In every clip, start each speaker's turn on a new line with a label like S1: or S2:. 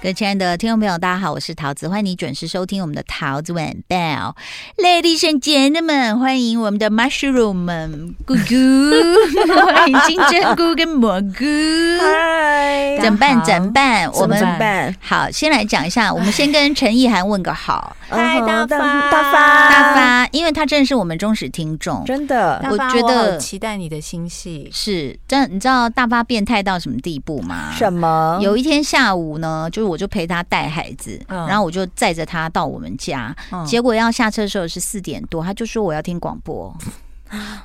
S1: 各位亲爱的听众朋友，大家好，我是桃子，欢迎你准时收听我们的桃子晚报，Ladies and gentlemen，欢迎我们的 Mushroom 们咕咕，欢迎金针菇跟蘑菇，
S2: 嗨
S1: 怎么办？怎么办？我们
S2: 怎么办
S1: 好，先来讲一下，我们先跟陈意涵问个好，
S2: 嗨
S3: 嗯哼
S2: 大发
S3: 大发
S1: 大发，因为他真的是我们忠实听众，
S2: 啊真的，
S1: 呃我
S3: 大发
S1: 觉
S3: 好
S1: 得
S3: 期待你的新戏，
S1: 是真的，你知道大发变态到什么地步吗？
S2: 什么？
S1: 有一天下午呢，就是我就陪他带孩子，
S3: 嗯
S1: 然后我就载着他到我们家，
S3: 嗯
S1: 结果要下车的时候是四点多，他就说我要听广 播。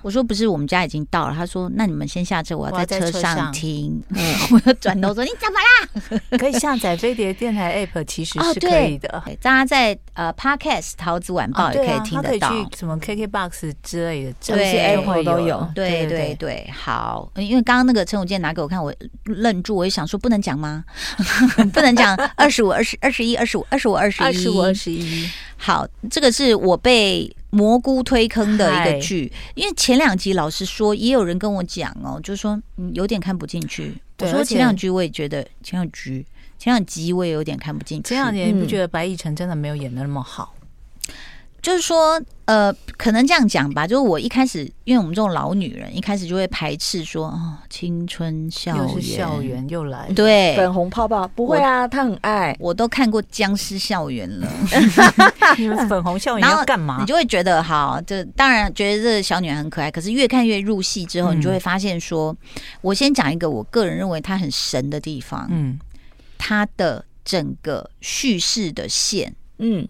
S1: 我说不是，我们家已经到了。他说：“那你们先下车，我
S3: 我
S1: 要
S3: 要
S1: 在
S3: 在
S1: 车
S3: 车
S1: 上
S3: 上
S1: 听。嗯我就转头说：“你怎么啦
S3: 可以下载飞碟电台 App，其实
S1: 哦
S3: 是
S1: 对
S3: 可 以的。？”
S1: 对大家在呃 Podcast《桃子晚报》也
S3: 对
S1: 可
S3: 啊
S1: 以听
S3: 它
S1: 得到。
S3: 可以去什么 KKBox 之类的，
S1: 对
S3: 这些
S1: 就
S2: Apple
S3: 会
S2: 都
S3: 有
S2: 有
S3: 了。
S1: 对对对，好，因为刚刚那个陈永健拿给我看，我愣住，我就想说不能讲吗？ 不能讲二十五、二十二十一、二十五、二十五、二十一、
S3: 二十五、二十一，
S1: 好，这个是我被蘑菇推坑的一个
S3: 嗨
S1: 剧，因为前两集老实说，也有人跟我讲哦，就是说嗯有点看不进去。我
S3: 对
S1: 说
S3: 而且
S1: 前两集我也觉得前两集前两集我也有点看不进去。
S3: 前两年你不
S2: 嗯
S3: 觉得白亦晨真的没有演的那么好？
S1: 就是说呃，可能这样讲吧，就是我一开始因为我们这种老女人一开始就会排斥说哦，青春校
S3: 又
S1: 园，
S3: 是校园又来，
S1: 嗯对。
S2: 粉红泡泡不会啊，他很爱。
S1: 我都看过僵尸校园了，
S3: 你们粉红校 园
S1: 然后
S3: 要干
S1: 你
S3: 嘛？
S1: 就会觉得好，这当然觉得这个小女孩很可爱，可是越看越入戏之后，
S3: 嗯
S1: 你就会发现说，我先讲一个我个人认为它很神的地方，
S3: 嗯，
S1: 它的整个叙事的线
S2: 嗯，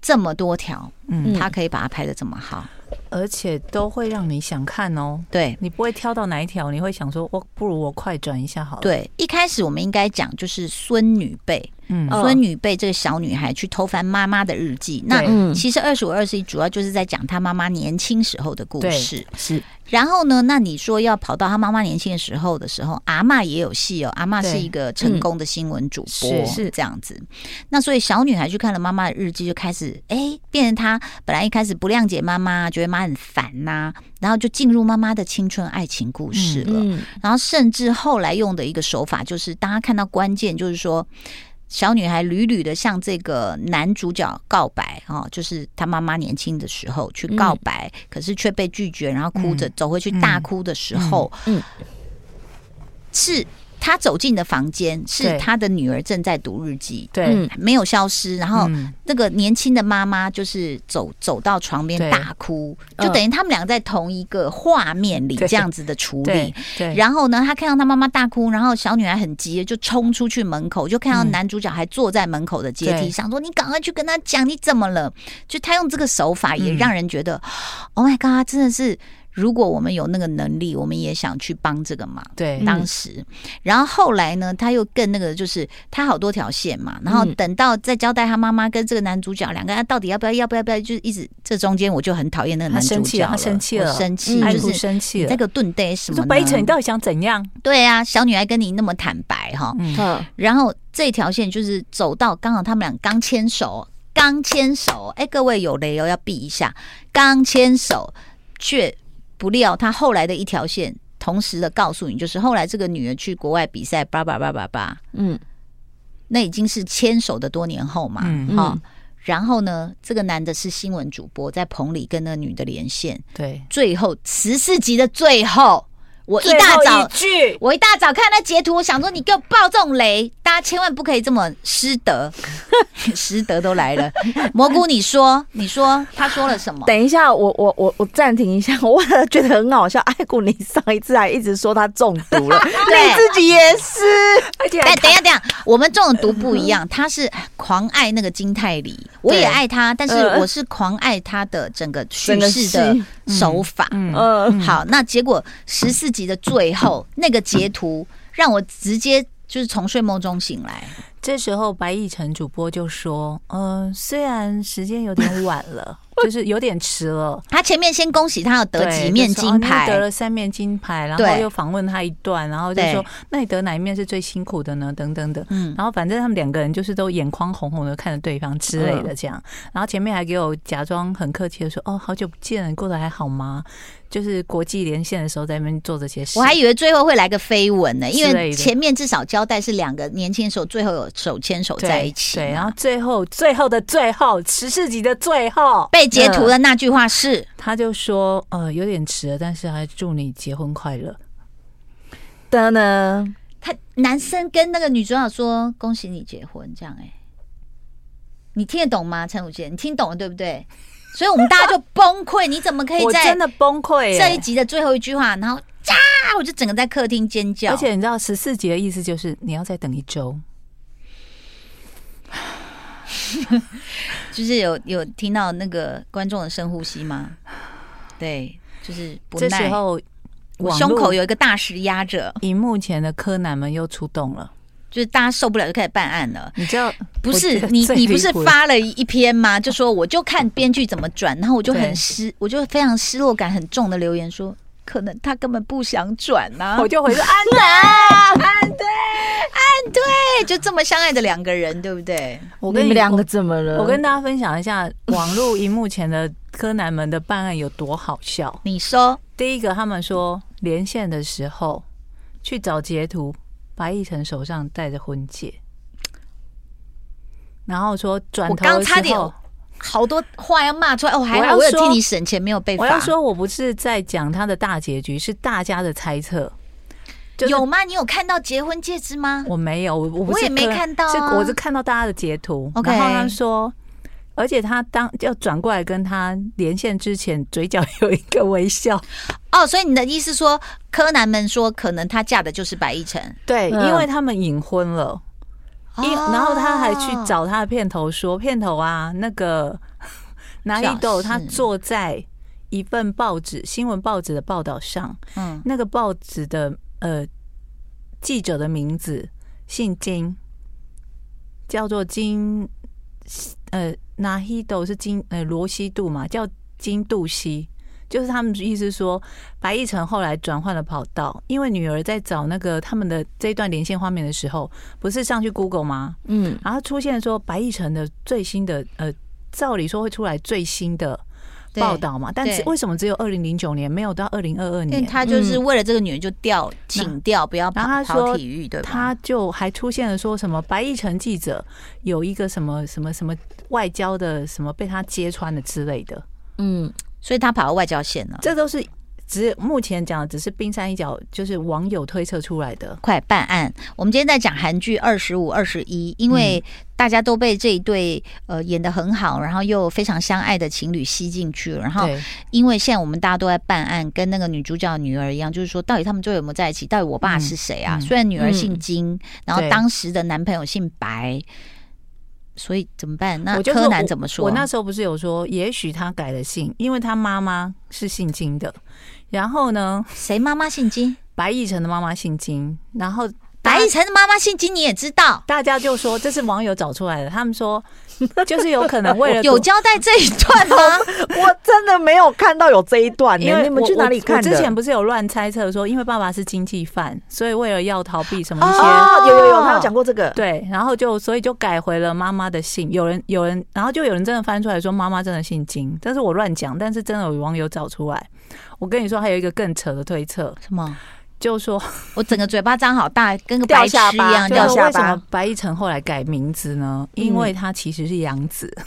S1: 这么多条，
S3: 嗯
S1: 它可以把它拍的这么好，
S3: 而且都会让你想看哦。
S1: 对。
S3: 你不会挑到哪一条，你会想说，我哦不如我快转一下好了。，
S1: 对，一开始我们应该讲就是孙女辈，
S3: 嗯，
S2: 嗯
S1: 孙女辈这个小女孩去偷翻妈妈的日记。那
S3: 对
S2: 嗯
S1: 其实二十五、二十一主要就是在讲她妈妈年轻时候的故
S3: 对
S1: 事。
S3: 是
S1: 然后呢？那你说要跑到她妈妈年轻的时候的时候，阿嬷也有戏哦。阿嬷
S3: 对
S1: 是一个成功的新闻主播，
S3: 嗯是
S1: 这样子。那所以小女孩去看了妈妈的日记，就开始哎，变成她本来一开始不谅解妈妈，觉得妈很烦呐、然后就进入妈妈的青春爱情故事了。
S2: 嗯
S1: 然后甚至后来用的一个手法，就是大家看到关键，就是说小女孩屡屡的向这个男主角告白哦，就是她妈妈年轻的时候去告白，可是却被拒绝，然后哭着
S3: 嗯
S1: 走回去大哭的时候，
S2: 嗯嗯
S1: 是她走进的房间，是
S3: 对
S1: 她的女儿正在读日记，
S3: 对，
S1: 没有消失，嗯然后
S3: 嗯
S1: 那个年轻的妈妈就是走走到床边
S3: 对
S1: 大哭，
S2: 嗯
S1: 就等于他们俩在同一个画面里
S3: 对
S1: 这样子的处理
S3: 对。对，
S1: 然后呢，她看到她妈妈大哭，然后小女孩很急，就冲出去门口，就看到
S3: 嗯
S1: 男主角还坐在门口的阶梯
S3: 对
S1: 上，说：“你赶快去跟他讲你怎么了。”就他用这个手法，也
S3: 嗯
S1: 让人觉得、o h my god，真的是，如果我们有那个能力，我们也想去帮这个忙。
S3: 对，
S1: 当时，然后后来呢，他又更那个，就是他好多条线嘛，然后
S2: 嗯
S1: 等到再交代他妈妈跟这个男主角两个人到底要不要，要不要，要不要，就是一直这中间我就很讨厌那个
S3: 他
S1: 男主
S3: 生气
S1: 角
S3: 了他生气
S1: 我
S3: 了
S1: 生气，
S3: 爱
S2: 嗯
S1: 就
S3: 哭
S1: 是
S3: 生气
S1: 你
S3: 了
S1: 这。个盾呆什
S3: 我
S1: 么
S3: 说
S1: 呢？
S3: 白晨，你到底想怎样？
S1: 对啊，小女孩跟你那么坦白哈，
S3: 嗯，
S2: 嗯，
S1: 然后这条线就是走到刚好他们俩刚牵手，刚牵手，哎，各位有雷哦，要避一下，刚牵手，却不料他后来的一条线，同时的告诉你，就是后来这个女儿去国外比赛，叭叭叭叭叭，
S2: 嗯
S1: 那已经是牵手的多年后嘛，哈、
S3: 嗯
S2: 嗯
S1: 然后呢，这个男的是新闻主播，在棚里跟那个女的连线，
S3: 对，
S1: 最后十四集的最后，我一大
S3: 最后
S1: 早
S3: 一句，
S1: 我一大早看那截图，我想说你给我爆这种雷，大家千万不可以这么失德，失德都来了。蘑菇，你说，你说他说了什么？
S2: 等一下，我我我我暂停一下， 我觉得很好笑。艾谷，你上一次还一直说他中毒了，你
S1: 对，哎
S2: 自己也是，而且
S1: 但等一下，等一下，我们中毒不一样，他是狂爱那个金泰梨，我也爱他，但是
S2: 呃
S1: 我是狂爱他的整个叙
S2: 整个
S1: 事的
S2: 戏
S1: 手法。
S3: 嗯，
S2: 嗯，
S1: 好，那结果十四集的最后那个截图，让我直接就是从睡梦中醒来。
S3: 这时候白亦晨主播就说：“嗯、虽然时间有点晚 了，就是有点迟了。”
S1: 他前面先恭喜他有得
S3: 对
S1: 几面
S3: 就说哦
S1: 金
S3: 你
S1: 牌，
S3: 得了三面金牌，然后
S1: 对
S3: 又访问他一段，然后就说
S1: 对：“
S3: 那你得哪一面是最辛苦的呢？”等等的。
S1: 嗯，
S3: 然后反正他们两个人就是都眼眶红红的看着对方之类的这样，然后前面还给我假装很客气的说：“哦，好久不见，过得还好吗？”就是国际连线的时候在那边做这些事，
S1: 我还以为最后会来个绯闻呢，因
S3: 之类
S1: 为
S3: 的
S1: 前面至少交代是两个年轻的时候最后有手牵手
S3: 对
S1: 在一起嘛，
S3: 对，然啊后最后最后的最后，十四集的最后
S1: 被截图
S3: 了。
S1: 的那句话是
S3: 他就说：“呃，有点迟了，但是还祝你结婚快乐。
S2: 的呢？
S1: 他男生跟那个女主角说恭喜你结婚这样哎、你听得懂吗？陈武杰，你听懂了对不对？所以我们大家就崩溃，你怎么可”以
S3: 我
S1: 在
S3: 真的崩溃耶
S1: 这一集的最后一句话，然后啊，我就整个在客厅尖叫，
S3: 而且你知道十四集的意思就是你要再等一周，
S1: 就是有有听到那个观众的深呼吸吗？对，就是不
S3: 这时
S1: 耐，
S3: 候
S1: 我
S3: 网
S1: 胸
S3: 络
S1: 口有一个大石压着。
S3: 荧幕前的柯南们又出动了，
S1: 就是大家受不了就开始办案了。
S3: 你知道
S1: 不
S3: 我
S1: 是
S3: 觉得
S1: 你，
S3: 最
S1: 你不是
S3: 离谱的
S1: 发了一篇吗？就说我就看编剧怎么转，然后我就很
S3: 对
S1: 失，我就非常失落感很重的留言说，可能他根本不想转呐、
S3: 我就回说
S2: 啊
S3: 安
S1: 对，就这么相爱的两个人，对不对？
S3: 我
S2: 你
S3: 跟
S2: 们两个怎么了？
S3: 我跟大家分享一 下网络荧幕前的柯南们的办案有多好笑。
S1: 你说
S3: 第一个，他们说连线的时候去找截图，白亦晨手上戴着婚戒，然后说转
S1: 我
S3: 头
S1: 刚
S3: 的
S1: 差
S3: 时
S1: 点
S3: 候，
S1: 好多话要骂出来哦，还
S3: 我
S1: 好
S3: 要
S1: 我有
S3: 说
S1: 替你省钱，没有被罚。
S3: 我要说我不是在讲他的大结局，是大家的猜测。就是
S1: 有吗？你有看到结婚戒指吗？
S3: 我没有，我我不
S1: 我
S3: 是
S1: 也没
S3: 柯
S1: 看到啊
S3: 是我是看到大家的截图
S1: OK
S3: 然后他说，而且他当要转过来跟他连线之前，嘴角有一个微笑，
S1: 哦，所以你的意思说，柯南们说可能她嫁的就是白亦晨，
S3: 对
S2: 嗯
S3: 因为他们隐婚了，因、
S1: 哦
S3: 然后他还去找他的片头说，片头啊，那个 拿一豆
S1: 是
S3: 他坐在一份报纸新闻报纸的报道上，
S1: 嗯。
S3: 那个报纸的呃记者的名字姓金，叫做金呃拿希斗是金呃罗西度嘛，叫金杜西。就是他们意思说，白亦晨后来转换了跑道，因为女儿在找那个他们的这一段连线画面的时候，不是上去 Google 吗？
S2: 嗯，
S3: 然后出现说白亦晨的最新的呃，照理说会出来最新的
S1: 对
S3: 报道嘛，但是
S1: 对
S3: 为什么只有二零零九年，没有到二零二二
S1: 因为
S3: 年？
S1: 他就是为了这个女人就调，请调，不要跑
S3: 嗯然后他说
S1: 跑体育，对吧？
S3: 他就还出现了说什么白亦晨记者有一个什么什么什么外交的什么被他揭穿的之类的，
S2: 嗯，
S1: 所以他跑到外交线了。
S3: 这都是只目前讲的只是冰山一角，就是网友推测出来的。
S1: 快办案！我们今天在讲韩剧《二十五二十一》，因为
S3: 嗯
S1: 大家都被这一对呃演的很好，然后又非常相爱的情侣吸进去了。然后，
S3: 对，
S1: 因为现在我们大家都在办案，跟那个女主角的女儿一样，就是说到底他们最后有没有在一起？到底我爸
S3: 嗯
S1: 是谁啊？
S3: 嗯
S1: 虽然女儿
S2: 嗯
S1: 姓金，然后
S3: 对
S1: 当时的男朋友姓白，所以怎么办？那
S3: 我就
S1: 柯
S3: 说
S1: 南
S3: 我
S1: 怎么说？
S3: 我那时候不是有说，也许他改了姓，因为他妈妈是姓金的，然后呢，
S1: 谁妈妈姓金？
S3: 白亦晨的妈妈姓金，然后
S1: 白亦晨的妈妈姓金，你也知道，
S3: 大家就说这是网友找出来的，他们说就是有可能为了
S1: 有交代这一段吗？
S2: 我真的没有看到有这一段呢、
S3: 因为
S2: 你们
S3: 我
S2: 去哪
S3: 我
S2: 里看
S3: 我
S2: 的？
S3: 之前不是有乱猜测说，因为爸爸是经济犯，所以为了要逃避什么一些、
S2: 哦，有有有，他有讲过这个。
S3: 对，然后就所以就改回了妈妈的姓。有人有人，然后就有人真的翻出来说妈妈真的姓金，但是我乱讲，但是真的有网友找出来。我跟你说，还有一个更扯的推测，
S1: 什么？
S3: 就说
S1: 我整个嘴巴张好大，跟个
S2: 掉
S1: 白痴
S2: 下
S1: 一
S2: 巴
S1: 样
S2: 就
S1: 掉
S3: 就是
S1: 下
S2: 下
S3: 为什
S2: 巴嗯
S3: 么白一晨后来改名字呢？因为他其实是养子。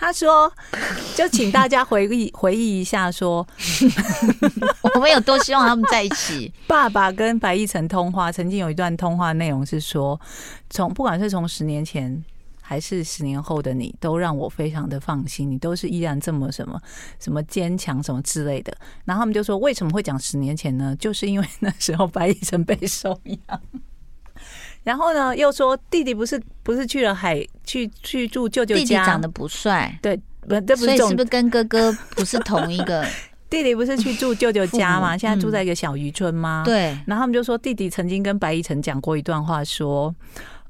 S3: 他说：“就请大家回忆回忆一下说
S1: 巴。我们有多希望他们在一起？
S3: 爸爸跟白亦晨通话，曾经有一段通话内容是说，从不管是从十年前还是十年后的你，都让我非常的放心，你都是依然这么什么什么坚强什么之类的。然后他们就说，为什么会讲十年前呢？就是因为那时候白亦晨被收养。 然后呢，又说弟弟不是不是去了海去去住舅舅
S1: 弟弟
S3: 家，
S1: 长得不帅，
S3: 对，不这不
S1: 所
S3: 是
S1: 以是
S3: 重
S1: 不是跟哥哥不是同一个？
S3: 弟弟不是去住舅舅家
S1: 父母
S3: 嘛，现在住
S1: 嗯
S3: 在一个小渔村吗？。
S1: 对，
S3: 然后他们就说，弟弟曾经跟白一晨讲过一段话，说，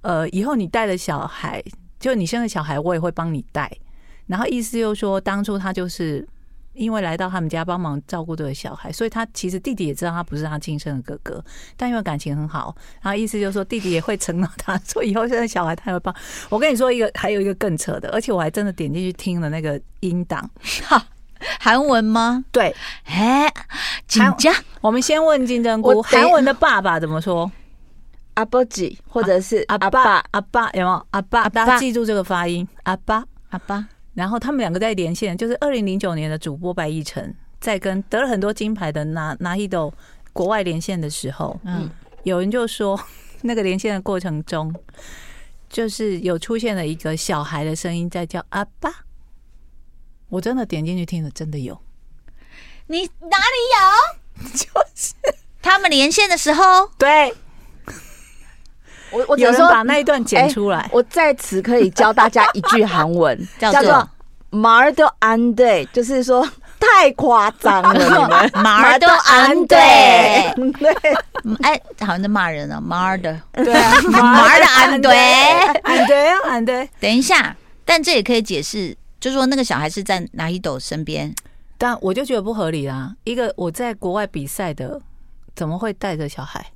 S3: 呃，以后你带了小孩，就你生了小孩，我也会帮你带。然后意思就是说，当初他就是因为来到他们家帮忙照顾这个小孩，所以他其实弟弟也知道他不是他亲生的哥哥，但因为感情很好，然后意思就是说弟弟也会承诺他， 说以后生了小孩他也会帮。我跟你说一个，还有一个更扯的，而且我还真的点进去听了那个音档。
S1: 韩文吗？
S2: 对，
S1: 哎，紧张，
S3: 我们先问金针菇，
S2: 我等一
S3: 韩文的爸爸怎么说？
S2: 阿波吉或者是
S3: 阿
S2: 啊阿
S3: 爸
S2: 爸，
S3: 阿爸有没有？
S2: 啊
S3: 阿爸，大家记住这个发音，阿爸。
S1: 好吧，
S3: 然后他们两个在连线，就是二零零九年的主播白亦晨在跟得了很多金牌的拿拿一斗国外连线的时候，
S1: 嗯，
S3: 有人就说 那个连线的过程中，就是有出现了一个小孩的声音在叫阿爸。我真的点进去听了，真的有。
S1: 你哪里有？
S3: 就是
S1: 他们连线的时候，，
S3: 对，
S2: 我我只
S3: 有
S2: 能
S3: 人
S2: 说
S3: 把那一段剪出来。
S2: 我在此可以教大家一句韩文
S1: 叫
S2: 叫
S1: 做
S2: 做“马尔都安对”，就是说太夸张 了， 你们
S1: 马儿都安对
S2: 对
S1: 嗯哎，好像在骂人啊，妈的，
S3: 对啊，
S1: 马儿的安对。
S3: 安对啊，安对。
S1: 等一下，但这也可以解释，就说那个小孩是在拿一斗身边，
S3: 但我就觉得不合理啦。一个我在国外比赛的，怎么会带着小孩？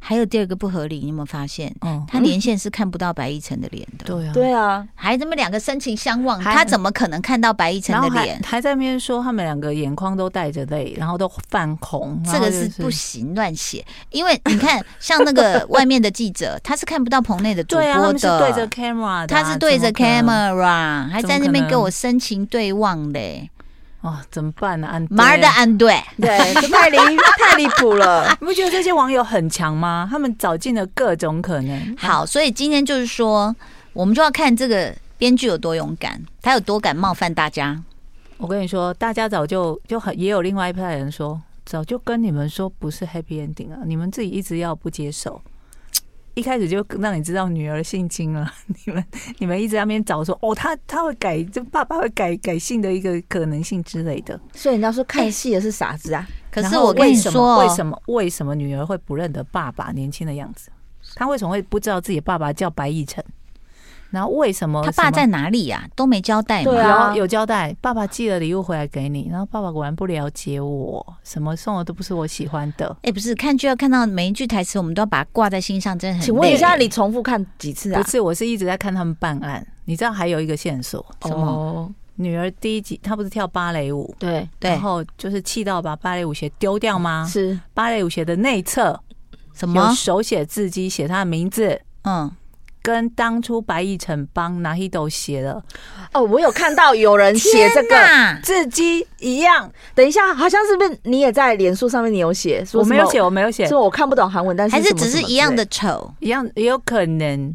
S1: 还有第二个不合理，你有没有发现？
S3: 嗯，
S1: 他连线是看不到白一晨的脸的，
S3: 对啊，。
S2: 对啊，
S1: 还这么两个深情相望，
S3: 还
S1: 他怎么可能看到白一晨
S3: 然
S1: 的
S3: 后还
S1: 脸？
S3: 还在那边说他们两个眼眶都带着泪，然后都泛红，
S1: 这个是不行，乱写，因为你 看，像那个外面的记者，他是看不到棚内的主
S3: 对啊，他
S1: 播
S3: 们是对着
S1: 的，
S3: camera，的啊
S1: 他是对着
S3: 怎么可能
S1: camera，还
S3: 怎么
S1: 在那
S3: 可
S1: 边
S3: 能
S1: 给我深情对望嘞，
S3: 哦，怎么办呢？安
S1: 马尔的
S3: 对啊
S1: 安对，
S2: 对，这太离太离谱了。
S3: 你不觉得这些网友很强吗？他们找尽了各种可能。
S1: 好，所以今天就是说，我们就要看这个编剧有多勇敢，他有多敢冒犯大家。
S3: 我跟你说，大家早就就很也有另外一派人说，早就跟你们说不是 happy ending 啊，你们自己一直要不接受，一开始就让你知道女儿性侵了， 你们你们一直在那边找说哦，他他会改，就爸爸会改改性的一个可能性之类的。
S2: 所以人家说看戏的是傻子啊，
S1: 可
S3: 然
S1: 是
S3: 后
S1: 我跟
S3: 为
S1: 你
S3: 什么
S1: 说
S3: 为
S1: 哦，
S3: 什么为什么女儿会不认得爸爸年轻的样子？她为什么会不知道自己爸爸叫白亦晨？然后为什么
S1: 他爸
S3: 什么
S1: 在哪里呀、都没交代
S2: 对
S1: 嘛。
S2: 啊
S3: 有有交代，爸爸寄了礼物回来给你，然后爸爸果然不了解我，什么送的都不是我喜欢的。
S1: 哎、不是，看剧要看到每一句台词，我们都要把它挂在心上，真的很。
S2: 请问一下，，你重复看几次啊
S3: 不？是，我是一直在看他们办案。你知道还有一个线索，
S1: 什么
S2: 哦
S3: 女儿第一集她不是跳芭蕾舞，
S2: 对，
S1: 对
S3: 然，后就是气到把芭蕾舞鞋丢掉吗？
S2: 是
S3: 芭蕾舞鞋的内侧
S1: 什
S3: 有
S1: 么？
S3: 手写字迹，写她的名字，
S1: 嗯，
S3: 跟当初白亦晨帮拿一斗写的
S2: 哦，我有看到有人写这
S1: 天
S2: 个。
S1: 哪
S3: 字迹一样。
S2: 等一下，好像是不是你也在脸书上面你有写？说
S3: 我
S2: 什么
S3: 没有写，，我没有写，
S2: 说我看不懂韩文，但是
S1: 还是
S2: 什么
S1: 只
S2: 什
S1: 是
S2: 么
S1: 一样
S2: 之类
S1: 的丑？
S3: 一样也有可能。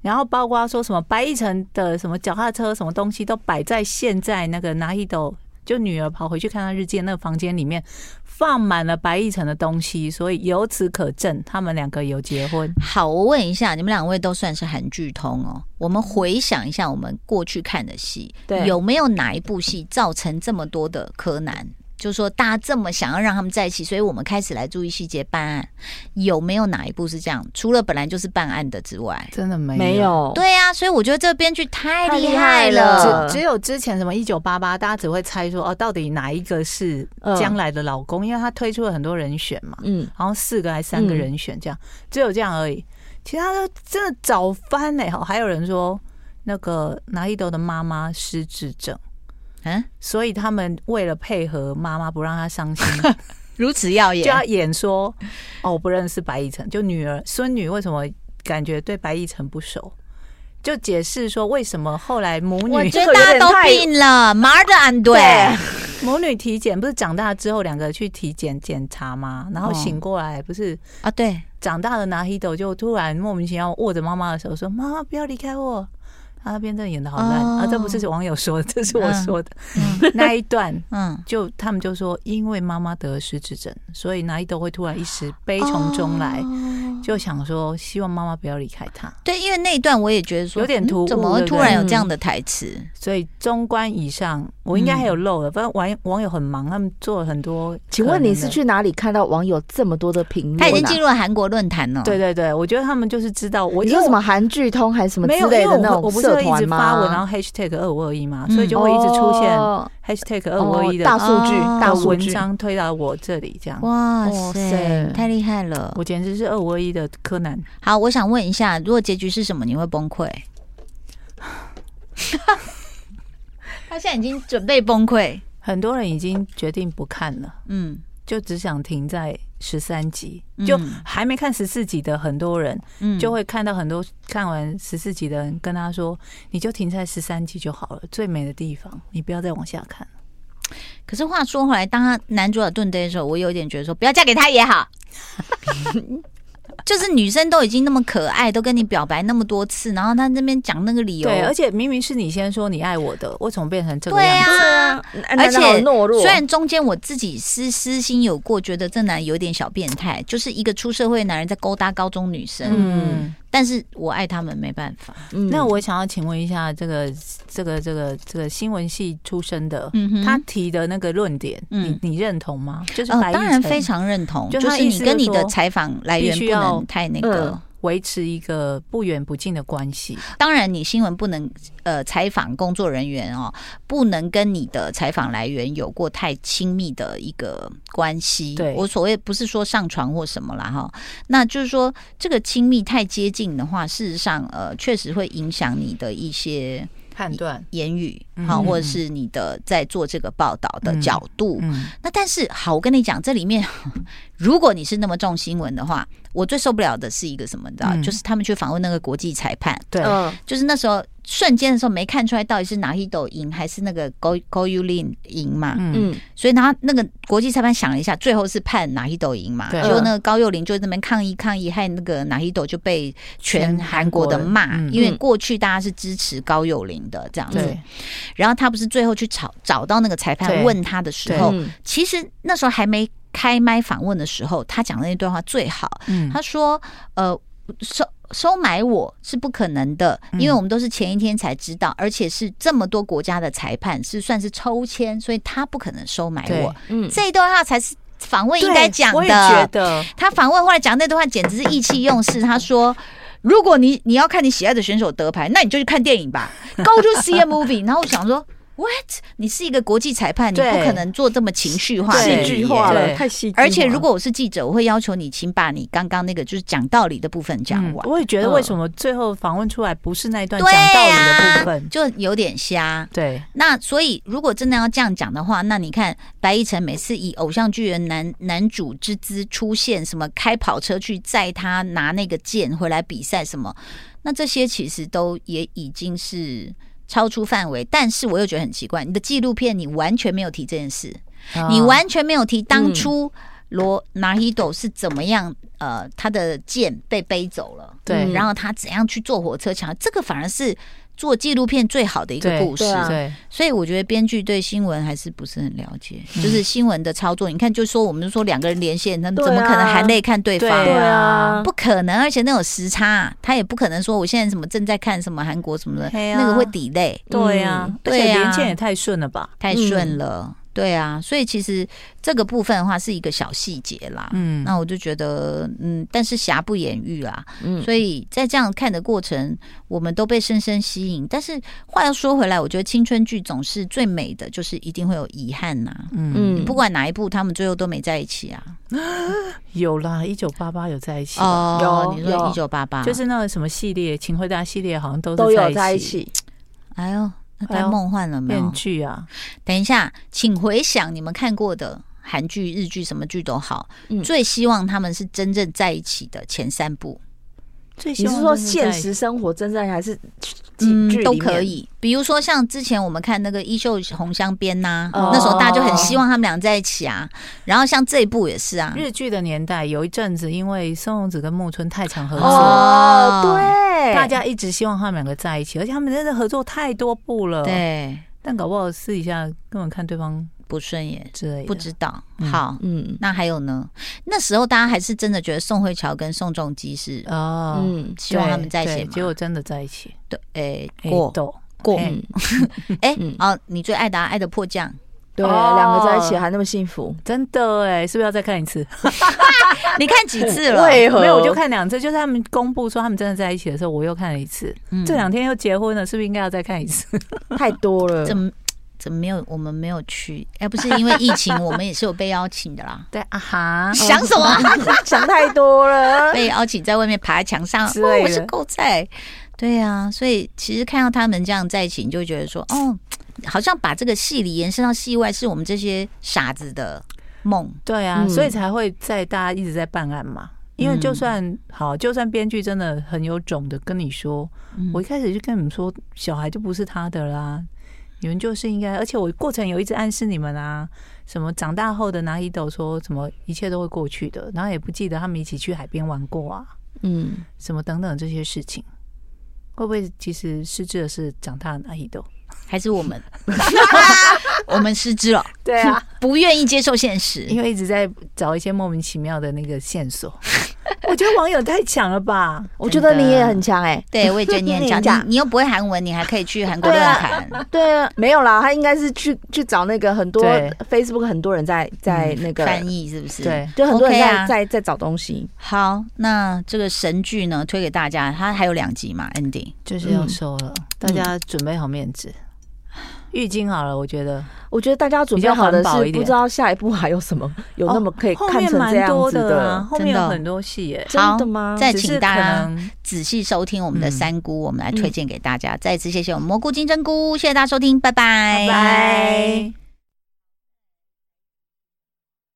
S3: 然后包括说什么白一晨的什么脚踏车什么东西都摆在现在那个拿一斗，就女儿跑回去看她日记的那个房间里面放满了白一晨的东西，所以由此可证他们两个有结婚。
S1: 好，我问一下，你们两位都算是韩剧通哦。我们回想一下我们过去看的戏，
S2: 对
S1: 有没有哪一部戏造成这么多的柯南？就说大家这么想要让他们在一起，所以我们开始来注意细节办案。有没有哪一部是这样？除了本来就是办案的之外，
S3: 真的没
S2: 没有，
S1: 对呀、所以我觉得这个编剧太
S2: 哦太
S1: 厉
S2: 厉
S1: 害
S2: 害
S1: 了
S2: 了。
S3: 只只有之前什么一九八八，大家只会猜说哦，到底哪一个是
S2: 嗯
S3: 将来的老公？因为他推出了很多人选嘛，
S2: 嗯，
S3: 然后四个还是三个人选这样，只有这样而已。其他都真的找翻嘞、好，还有人说那个拿一斗的妈妈失智症，
S1: 嗯，
S3: 所以他们为了配合妈妈不让她伤心，
S1: 如此耀眼
S3: 就要演说哦，我不认识白亦晨，就女儿孙女为什么感觉对白亦晨不熟，就解释说为什么后来母
S1: 我
S3: 女
S1: 觉得
S2: 这个有
S1: 大家
S2: 点
S1: 都
S2: 太
S1: 病了，马的安对，
S3: 母女体检不是长大之后两个去体检检查吗？然后醒过来不是
S1: 啊对，
S3: 长大的拿黑斗就突然莫名其妙握着妈妈的手说：“妈妈，不要离开我。”他那边真的演的好烂、
S1: 哦
S3: 啊！这不是网友说的，这是我说的。
S1: 嗯
S3: 那一段
S1: 嗯，
S3: 就他们就说，因为妈妈得失智症，所以哪一都会突然一时悲从中来，
S1: 哦
S3: 就想说希望妈妈不要离开他。
S1: 对，因为那一段我也觉得说
S3: 有点突兀
S1: 嗯怎么会
S3: 对不
S1: 突
S3: 对
S1: 然有这样的台词？
S3: 所以中观以上，我应该还有漏了，不然网网友很忙，他们做了很多。
S2: 嗯请问你是？去哪里看到网友这么多的评论、啊？
S1: 他已经进入了韩国论坛哦了。
S3: 嗯对对对，我觉得他们就是知道我
S2: 你说什么韩剧通还是什么
S3: 没
S2: 之
S3: 有，
S2: 类
S3: 因为
S2: 的
S3: 我
S2: 那
S3: 不
S2: 种
S3: 我不是
S2: 社
S3: 会一直
S2: 团吗？
S3: 发文，然后 hashtag 二五二一嘛，所以
S1: 嗯
S3: 就会一直出现
S2: 哦
S3: hashtag 二五二一的
S2: 大数据
S1: 哦，
S2: 大
S3: 的
S2: 数
S3: 文
S2: 据。
S3: 章推到我这里，这样。
S1: 哇
S2: 哇
S1: 塞
S2: 塞，
S1: 太厉害了！
S3: 我简直是二五二一的柯南，
S1: 好，我想问一下，如果结局是什么，你会崩 溃？他现在已经准备崩溃。
S3: 很多人已经决定不看了，
S1: 嗯，
S3: 就只想停在十三集，就
S1: 嗯
S3: 还没看十四集的很多人，
S1: 嗯
S3: 就会看到很多看完十四集的人跟他说，你就停在十三集就好了，最美的地方，你不要再往下看。
S1: 可是话说回来，当他男主角盾杯的时候，我有点觉得说，不要嫁给他也 好。就是女生都已经那么可爱，都跟你表白那么多次，然后他那边讲那个理由，
S3: 对，而且明明是你先说你爱我的，我怎么变成这个
S1: 对
S3: 样子？
S1: 啊，而
S2: 而
S1: 且
S2: 且懦弱，
S1: 虽然中间我自己私私心有过，觉得这男有点小变态，就是一个出社会的男人在勾搭高中女生，
S3: 嗯。
S1: 但是我爱他们没办法。
S2: 嗯
S3: 那我想要请问一下，这个这个这个这个新闻系出身的，
S1: 嗯哼
S3: 他提的那个论点，
S1: 嗯
S3: 你你认同吗？就是
S1: 呃
S3: 白，
S1: 当
S3: 亦
S1: 然
S3: 辰
S1: 非常认同，
S3: 就
S1: 就
S3: 他
S1: 是
S3: 意
S1: 你
S3: 思
S1: 跟
S3: 就是
S1: 你的
S3: 说
S1: 采访来源
S3: 必
S1: 不
S3: 须
S1: 能
S3: 要
S1: 太那个
S2: 嗯。
S3: 维持一个不远不近的关系。
S1: 当然，你新闻不能呃采访工作人员哦，不能跟你的采访来源有过太亲密的一个关系。
S3: 对
S1: 我所谓不是说上床或什么啦哈，那就是说这个亲密太接近的话，事实上呃确实会影响你的一些
S3: 判断，
S1: 言语
S3: 嗯
S1: 好，或者是你的在做这个报道的角度。
S3: 嗯，
S1: 那但是好，我跟你讲，这里面 如果你是那么重新闻的话，我最受不了的是一个什么，你知道？
S3: 嗯
S1: 就是他们去访问那个国际裁判。
S3: 对，
S2: 嗯
S1: 就是那时候瞬间的时候没看出来到底是哪一斗赢还是那个 Go Go You Lin 赢嘛，
S3: 嗯，
S2: 嗯
S1: 所以他那个国际裁判想了一下，最后是判哪一斗赢嘛，
S3: 对
S1: 结果那个高幼霖就在那边抗议抗议，害那个哪一斗就被全韩国的骂，
S3: 嗯
S1: 因为过去大家是支持高幼霖的这样子，
S3: 对，
S1: 然后他不是最后去找找到那个裁判
S3: 对
S1: 问他的时候，
S2: 嗯
S1: 其实那时候还没开麦访问的时候，他讲的那段话最好，
S3: 嗯，
S1: 他说：“呃，收收买我是不可能的，
S3: 嗯
S1: 因为我们都是前一天才知道，而且是这么多国家的裁判是算是抽签，所以他不可能收买
S3: 对
S1: 我。
S2: 嗯
S1: 这一段话才是访问应
S3: 对
S1: 该讲
S3: 我也觉
S1: 的。
S3: 得，
S1: 他访问后来讲那段话简直是意气用事。他说。”如果你你要看你喜爱的选手得牌，那你就去看电影 吧，Go to see a movie。然后我想说，What？你是一个国际裁判，你不
S3: 对
S1: 可能做这么情绪化的
S3: 对
S2: 戏
S1: 语
S2: 剧
S1: 言
S2: 化了，
S3: 对
S2: 太戏剧化了。
S1: 而且如果我是记者，我会要求你，请把你刚刚那个就是讲道理的部分讲
S3: 嗯
S1: 完。
S3: 我也觉得
S2: 嗯
S3: 为什么最后访问出来不是那一段
S1: 对
S3: 讲道理的
S1: 呀、
S3: 部分？
S1: 就有点瞎。
S3: 对，
S1: 那所以，如果真的要这样讲的话，那你看白亦辰每次以偶像剧人男男主之姿出现，什么开跑车去载他拿那个剑回来比赛什么，那这些其实都也已经是超出范围。但是我又觉得很奇怪，你的纪录片你完全没有提这件事。你
S2: 嗯
S3: 啊
S1: 完全没有提当初罗拿希斗是怎么样，呃，他的剑被背走了，
S3: 对
S2: 嗯
S1: 然后他怎样去坐火车抢，这个反而是做纪录片最好的一个
S3: 对
S1: 故事
S2: 对。啊
S3: 对，
S1: 所以我觉得编剧对新闻还是不是很了解，
S2: 嗯
S1: 就是新闻的操作，你看，就说我们说两个人连线，他们
S2: 对啊
S1: 怎么可能含泪看对方？
S2: 对
S3: 对
S2: 啊
S3: 啊，
S1: 不可能，而且那种时差，他也不可能说我现在什么正在看什么韩国什么的，
S3: 嘿啊
S1: 那个会 delay。
S3: 对呀
S1: 嗯，
S3: 而且
S1: 对啊
S3: 连线也太顺了吧？
S1: 太顺
S2: 嗯
S1: 了，对啊，所以其实这个部分的话是一个小细节啦。
S3: 嗯，
S1: 那我就觉得，嗯，但是瑕不掩瑜啊，
S2: 嗯
S1: 所以在这样看的过程，我们都被深深吸引。但是话又说回来，我觉得青春剧总是最美的，就是一定会有遗憾呐、
S3: 嗯，
S2: 嗯
S1: 不管哪一部，他们最后都没在一起啊。
S3: 有啦，一九八八有在一起吧，
S1: 哦，
S2: 有
S1: 你说
S2: 有
S1: 一九八八，
S3: 就是那个什么系列，《请回答》系列好像都
S2: 都
S3: 是
S2: 有在一，起，
S1: 哎呦，那
S3: 哎
S1: 太
S3: 呦
S1: 梦幻了没有
S3: 面？具啊，
S1: 等一下，请回想你们看过的韩剧、日剧，什么剧都好，
S2: 嗯
S1: 最希望他们是真正在一起的前三部，
S3: 最
S2: 你
S3: 希望
S2: 是说
S3: 就是在
S2: 现实生活真正还是几剧
S1: 嗯都
S2: 里面
S1: 可？以。比如说像之前我们看那个《衣袖红香边》呐，
S2: 哦
S1: 那时候大家就很希望他们俩在一起啊。然后像这一部也是啊，嗯
S3: 日剧的年代有一阵子，因为松隆子跟木村太常合作，
S2: 哦，对，
S3: 大家一直希望他们两个在一起，而且他们真的合作太多部了。，
S1: 对，
S3: 但搞不好私底下根本看对方
S1: 不顺眼，
S3: 之类的，
S1: 不知道。
S3: 嗯
S1: 好，
S2: 嗯
S1: 那还有呢？那时候大家还是真的觉得宋慧乔跟宋仲基是
S3: 哦，
S2: 嗯
S1: 希望他们在一
S3: 对
S1: 起
S3: 对结
S1: 嘛？
S3: 果真的在一起，哎
S1: 对，诶，
S3: 黑
S1: 过
S3: 豆
S1: 过
S3: 嘿
S2: 嗯，
S1: 哎
S2: 哎嗯
S1: 哦，你最爱答爱的迫 降，
S2: 对，
S3: 哦
S2: 两个在一起还那么幸福，
S3: 真的哎，是不是要再看一次？
S1: 你看几次了？
S2: 为何
S3: 没有，我就看两次，就是他们公布说他们真的在一起的时候，我又看了一次。
S1: 嗯
S3: 这两天又结婚了，是不是应该要再看一次？
S2: 太多了，嗯
S1: 怎么怎么没有？我们没有去，哎，不是因为疫情，我们也是有被邀请的 啦。
S3: 对啊哈
S1: 想什么？
S2: 想太 多 了。
S1: 被邀请在外面爬在墙上，
S3: 之类
S1: 哦，
S3: 的
S1: 我是狗仔。对啊，所以其实看到他们这样在一起，你就会觉得说，哦，好像把这个戏里延伸到戏外，是我们这些傻子的梦。
S3: 对啊，
S2: 嗯
S3: 所以才会在大家一直在办案嘛。因为就
S1: 嗯
S3: 算好，就算编剧真的很有种的跟你说，
S1: 嗯
S3: 我一开始就跟你们说，小孩就不是他的啦，你们就是应该，而且我过程有一直暗示你们啊，什么长大后的拿一斗说什么一切都会过去的，然后也不记得他们一起去海边玩过啊，
S2: 嗯，
S3: 什么等等这些事情，会不会其实失智的是长大的那一斗？
S1: 还是我 们，我们失之了，
S3: 对啊，
S1: 不愿意接受现实。
S3: 因为一直在找一些莫名其妙的那个线索。我觉得网友太强了吧？
S2: 我觉得你也很强哎。
S1: 对，我也觉得你 很
S2: 你讲
S1: 强，你你又不会韩文，你还可以去韩国论坛。
S2: 对啊，没有啦，他应该是去去找那个很多
S3: 对
S2: Facebook 很多人在在那个，
S1: 嗯翻译是不是？
S3: 对，
S2: 就很多
S1: OK
S2: 人在、
S1: 啊
S2: 在在找东西。
S1: 好，那这个神剧呢，推给大家，它还有两集嘛，ending。
S3: 就是
S2: 嗯
S3: 要收了，大家准备好面子。浴巾好了，我觉得
S2: 我觉得大家准
S3: 比
S2: 备
S3: 较
S2: 好的
S3: 环保
S2: 是不
S3: 一点哦
S2: 知道下一步还有什么，有那么可以
S3: 后
S2: 看
S3: 面
S2: 成这
S3: 蛮
S2: 样
S3: 多
S2: 子
S3: 的啊，后
S1: 真
S3: 面
S1: 的
S3: 有
S2: 哦
S3: 很多戏耶，
S2: 真的吗？
S1: 再
S3: 只是
S1: 请大家
S3: 可能
S1: 仔细收听我们的
S3: 嗯
S1: 三姑，我们来推荐给大家。再一次谢谢我们蘑菇金针菇，谢谢大家收听，拜拜，
S3: 拜。